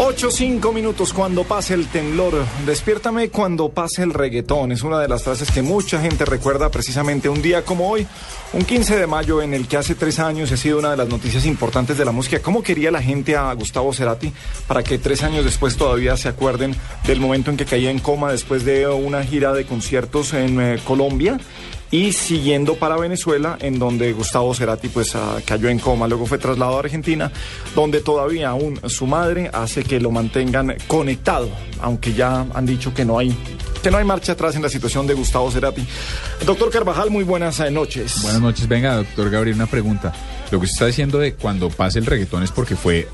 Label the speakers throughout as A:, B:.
A: 8, 5 minutos cuando pase el temblor. Despiértame cuando pase el reggaetón. Es una de las frases que mucha gente recuerda precisamente un día como hoy, un 15 de mayo en el que hace tres años ha sido una de las noticias importantes de la música. ¿Cómo quería la gente a Gustavo Cerati para que tres años después todavía se acuerden del momento en que caía en coma después de una gira de conciertos en eh, Colombia? y siguiendo para Venezuela, en donde Gustavo Cerati pues ah, cayó en coma, luego fue trasladado a Argentina, donde todavía aún su madre hace que lo mantengan conectado, aunque ya han dicho que no hay que no hay marcha atrás en la situación de Gustavo Cerati. Doctor Carvajal, muy buenas eh, noches.
B: Buenas noches, venga, doctor Gabriel, una pregunta. Lo que usted está diciendo de cuando pase el reggaetón es porque fue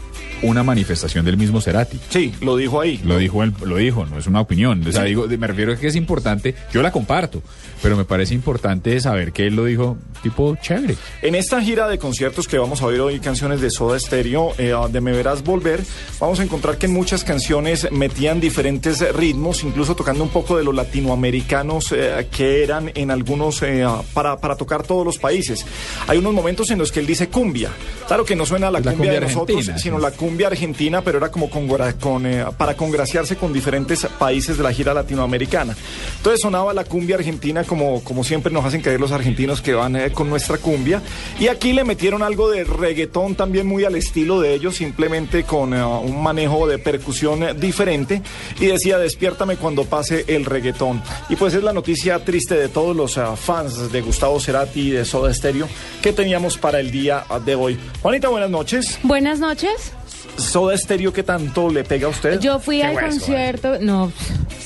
B: una manifestación del mismo Cerati.
A: Sí, lo dijo ahí.
B: Lo dijo él, lo dijo, no es una opinión. O sea, digo, me refiero a que es importante, yo la comparto, pero me parece importante saber que él lo dijo tipo chévere.
A: En esta gira de conciertos que vamos a oír hoy, canciones de Soda Stereo, eh, de Me Verás Volver, vamos a encontrar que en muchas canciones metían diferentes ritmos, incluso tocando un poco de los latinoamericanos eh, que eran en algunos, eh, para, para tocar todos los países. Hay unos momentos en los que él dice cumbia. Claro que no suena la,
B: La
A: cumbia, de
B: cumbia
A: nosotros,
B: argentina,
A: sino
B: sí.
A: la cumbia argentina, pero era como con, gora- con, eh, para congraciarse con diferentes países de la gira latinoamericana. Entonces sonaba la cumbia argentina como, como siempre nos hacen creer los argentinos que van eh, con nuestra cumbia. Y aquí le metieron algo de reggaetón también muy al estilo de ellos, simplemente con eh, un manejo de percusión eh, diferente. Y decía, despiértame cuando pase el reggaetón. Y pues es la noticia triste de todos los eh, fans de Gustavo Cerati y de Soda Stereo que teníamos para el día eh, de hoy. Juanita, buenas noches.
C: Buenas noches.
A: Soda Stereo, ¿qué tanto le pega a usted?
C: Yo fui
A: Qué
C: al
A: hueso,
C: concierto, no,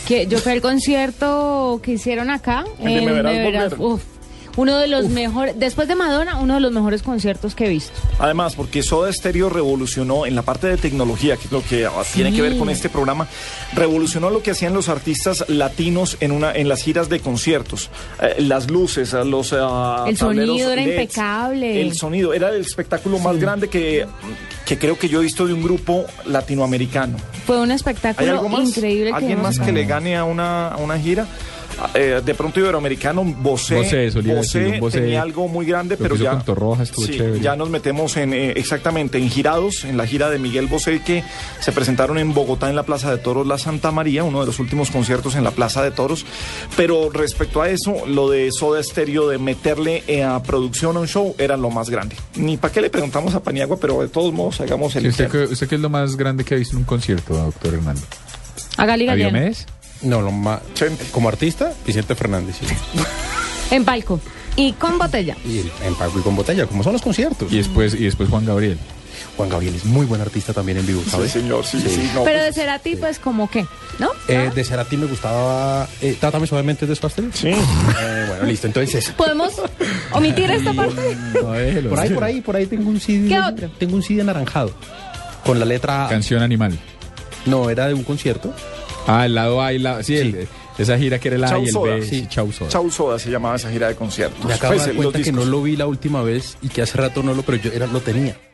C: que yo fui al concierto que hicieron acá
A: El de Me Verás Volver.
C: uf, uno de los mejores, después de Madonna, uno de los mejores conciertos que he visto.
A: eh. Además, porque Soda Stereo revolucionó en la parte de tecnología, que es lo que ah, tiene que ver con este programa, revolucionó lo que hacían los artistas latinos en una en las giras de conciertos. Eh, las luces, ah, los ah,
C: El sonido
A: tableros
C: era
A: LEDs,
C: impecable.
A: El sonido era el espectáculo más grande que, que creo que yo he visto de un grupo latinoamericano.
C: Fue un
A: ¿Hay
C: espectáculo
A: algo más?
C: increíble. que
A: ¿Alguien
C: vimos
A: más
C: acá.
A: que le gane a una, a una gira? Eh, de pronto iberoamericano, Bosé,
B: Bosé, solía
A: Bosé
B: decir, un Bosé.
A: tenía algo muy grande,
B: Lo que
A: pero
B: hizo
A: ya,
B: con Torroja estuvo
A: Sí,
B: chévere.
A: ya nos metemos en eh, exactamente en girados, en la gira de Miguel Bosé que se presentaron en Bogotá en la Plaza de Toros La Santa María, uno de los últimos conciertos en la Plaza de Toros. Pero respecto a eso, lo de Soda Stereo de meterle eh, a producción a un show era lo más grande. Ni para qué le preguntamos a Paniagua, pero de todos modos hagamos el
B: ¿Y ¿Usted,
A: intento.
B: qué- usted qué es lo más grande que ha visto en un concierto, doctor Hernando?
C: A Gali
B: ¿A
C: Galeano.
B: Diomedes?
D: No, lo más.
A: Chente.
D: Como artista, Vicente Fernández. sí.
C: En palco. Y con botella.
D: Y el- en Paco y con Botella, como son los conciertos.
B: Y después, y después Juan Gabriel.
D: Juan Gabriel es muy buen artista también en vivo,
A: Sí,
D: ¿sabes?
A: señor, sí, sí, no,
C: Pero
A: pues-
C: de Cerati, pues como que, ¿no?
D: Eh, de Cerati me gustaba. Eh, Trátame suavemente de Suárez. Sí. bueno, listo, entonces.
C: ¿Podemos omitir esta parte?
B: No, déjelo.
D: Por ahí, por ahí, por ahí tengo un CD.
C: ¿Qué otro?
D: Tengo un CD anaranjado. Con la letra.
B: Canción Animal.
D: No, era de un concierto.
B: Ah, el lado A y la... Sí,
D: Sí.
B: el- esa gira que era el A
A: Chau
B: y el
A: Soda,
B: B.
A: sí.
B: Sí, Chau Soda.
A: Chau Soda se llamaba esa gira de conciertos.
D: Me acabo
A: Pues,
D: de dar
A: los
D: cuenta que
A: discos.
D: no lo vi la última vez y que hace rato no lo, pero yo era, lo tenía.